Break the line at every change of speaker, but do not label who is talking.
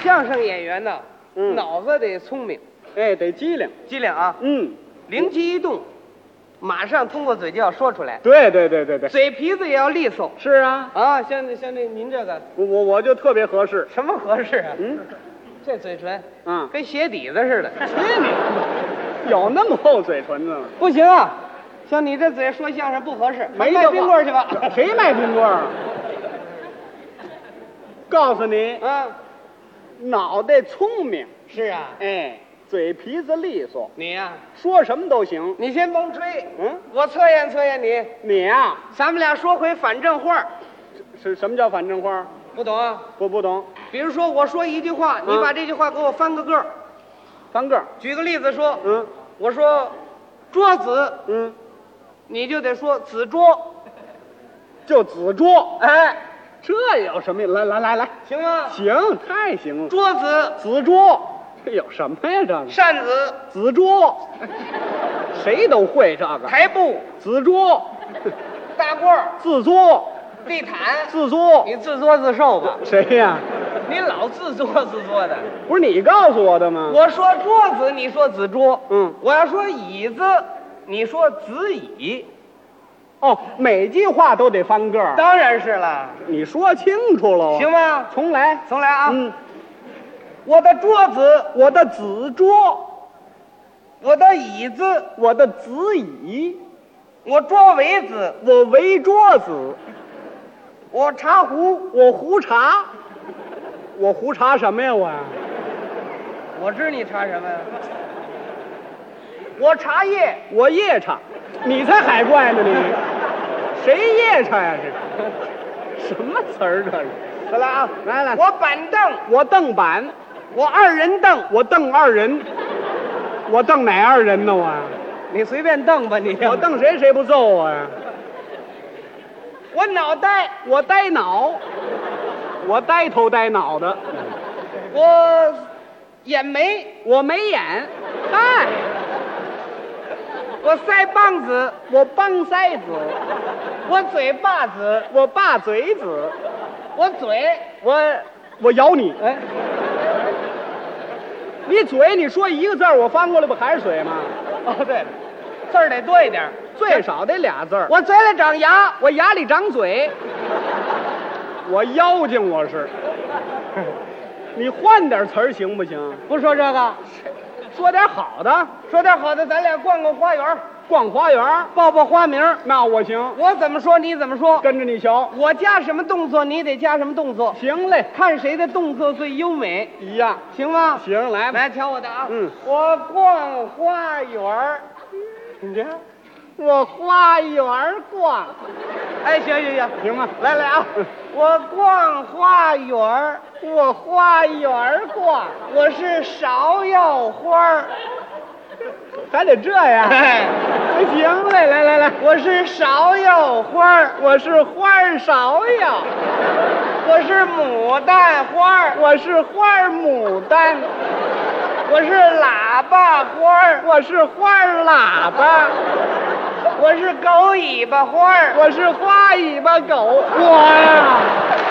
相声演员呢，
嗯
脑子得聪明，
哎，得机灵。
机灵啊，
嗯，
灵机一动，马上通过嘴就要说出来，
对对对对对，
嘴皮子也要利索
是啊，
啊。像这像这您这个
我我我就特别合适。
什么合适啊？
嗯，
这嘴唇
啊，
跟鞋底子似的，
去你！嗯有那么厚嘴唇子吗？
不行啊。像你这嘴说相声不合适，
没
卖
这
冰棍
话
儿去吧。
谁卖冰棍儿啊？告诉你，
啊，
脑袋聪明，
是啊，
哎，嘴皮子利索，
你呀、
说什么都行。
你先甭吹，
嗯，
我测验测验你，
你呀、
咱们俩说回反正话儿，
是什么叫反正话？
不懂啊？
我不懂。
比如说我说一句话，你
嗯
把这句话给我翻个个儿。
翻个儿，
举个例子说，
嗯
我说桌子，
嗯，
你就得说子桌，
就子桌，
哎，
这有什么呀？来来来来，
行吗？
行，太行了。
桌子、
子桌，这有什么呀？这是
扇子、
子桌，谁都会这个。
台布、
子桌，
大褂儿、
自作，
地毯，
自作，
你自作自受吧，
谁呀、
你老自作自作的。
不是你告诉我的吗？
我说桌子，你说子桌，
嗯
我要说椅子，你说子椅，
哦，每句话都得翻个儿，
当然是了，
你说清楚喽。
行，吗？
重来。
重来啊！
嗯，
我的桌子，
我的子桌，
我的椅子，
我的子椅，
我桌围子，
我围桌子，
我茶壶，
我胡茶，我胡茶什么呀？我
我知你查什么呀？我茶叶，
我夜叉，你才海怪呢你，谁夜叉呀、这什么词儿这是？
再来啊！
来来，
我板凳，
我瞪板，
我二人凳，
我瞪二人，我瞪哪二人呢？我
你随便瞪吧你。
我瞪谁谁不揍我呀？
我脑袋，
我呆脑，我呆头呆脑的，
我眼眉，
我没眼，嗨，
我腮帮子，
我帮腮 子，
我嘴巴子，
我爸嘴子，
我嘴，
我我咬你，
哎，
你嘴你说一个字儿，我翻过来不还是嘴吗？
哦对了，字儿得多一点儿。
最少得俩字儿。
我嘴里长牙，
我牙里长嘴，我妖精我是。 你换点词儿行不行？
不说这个，
说点好的，
说点好的，咱俩逛逛花园，
逛花园，
报报花名。
那我行，
我怎么说你怎么说，
跟着你学。
我加什么动作你得加什么动作，
行嘞，
看谁的动作最优美，
一样。
行吗？
行，来吧。
来瞧我的啊，
嗯
我逛花园儿，
你这，我花园逛，
哎，行行行，
行吗？
来来啊，
嗯
我逛花园儿，
我花园逛，
我是芍药花儿，
咱得这 样。
哎，
行嘞，来来来，
我是芍药花儿，
我是花儿芍药，
我是牡丹花儿，
我是花儿牡丹，
我是喇叭花儿，
我是花儿喇叭。
我是狗尾巴花儿，
我是花尾巴狗，我呀，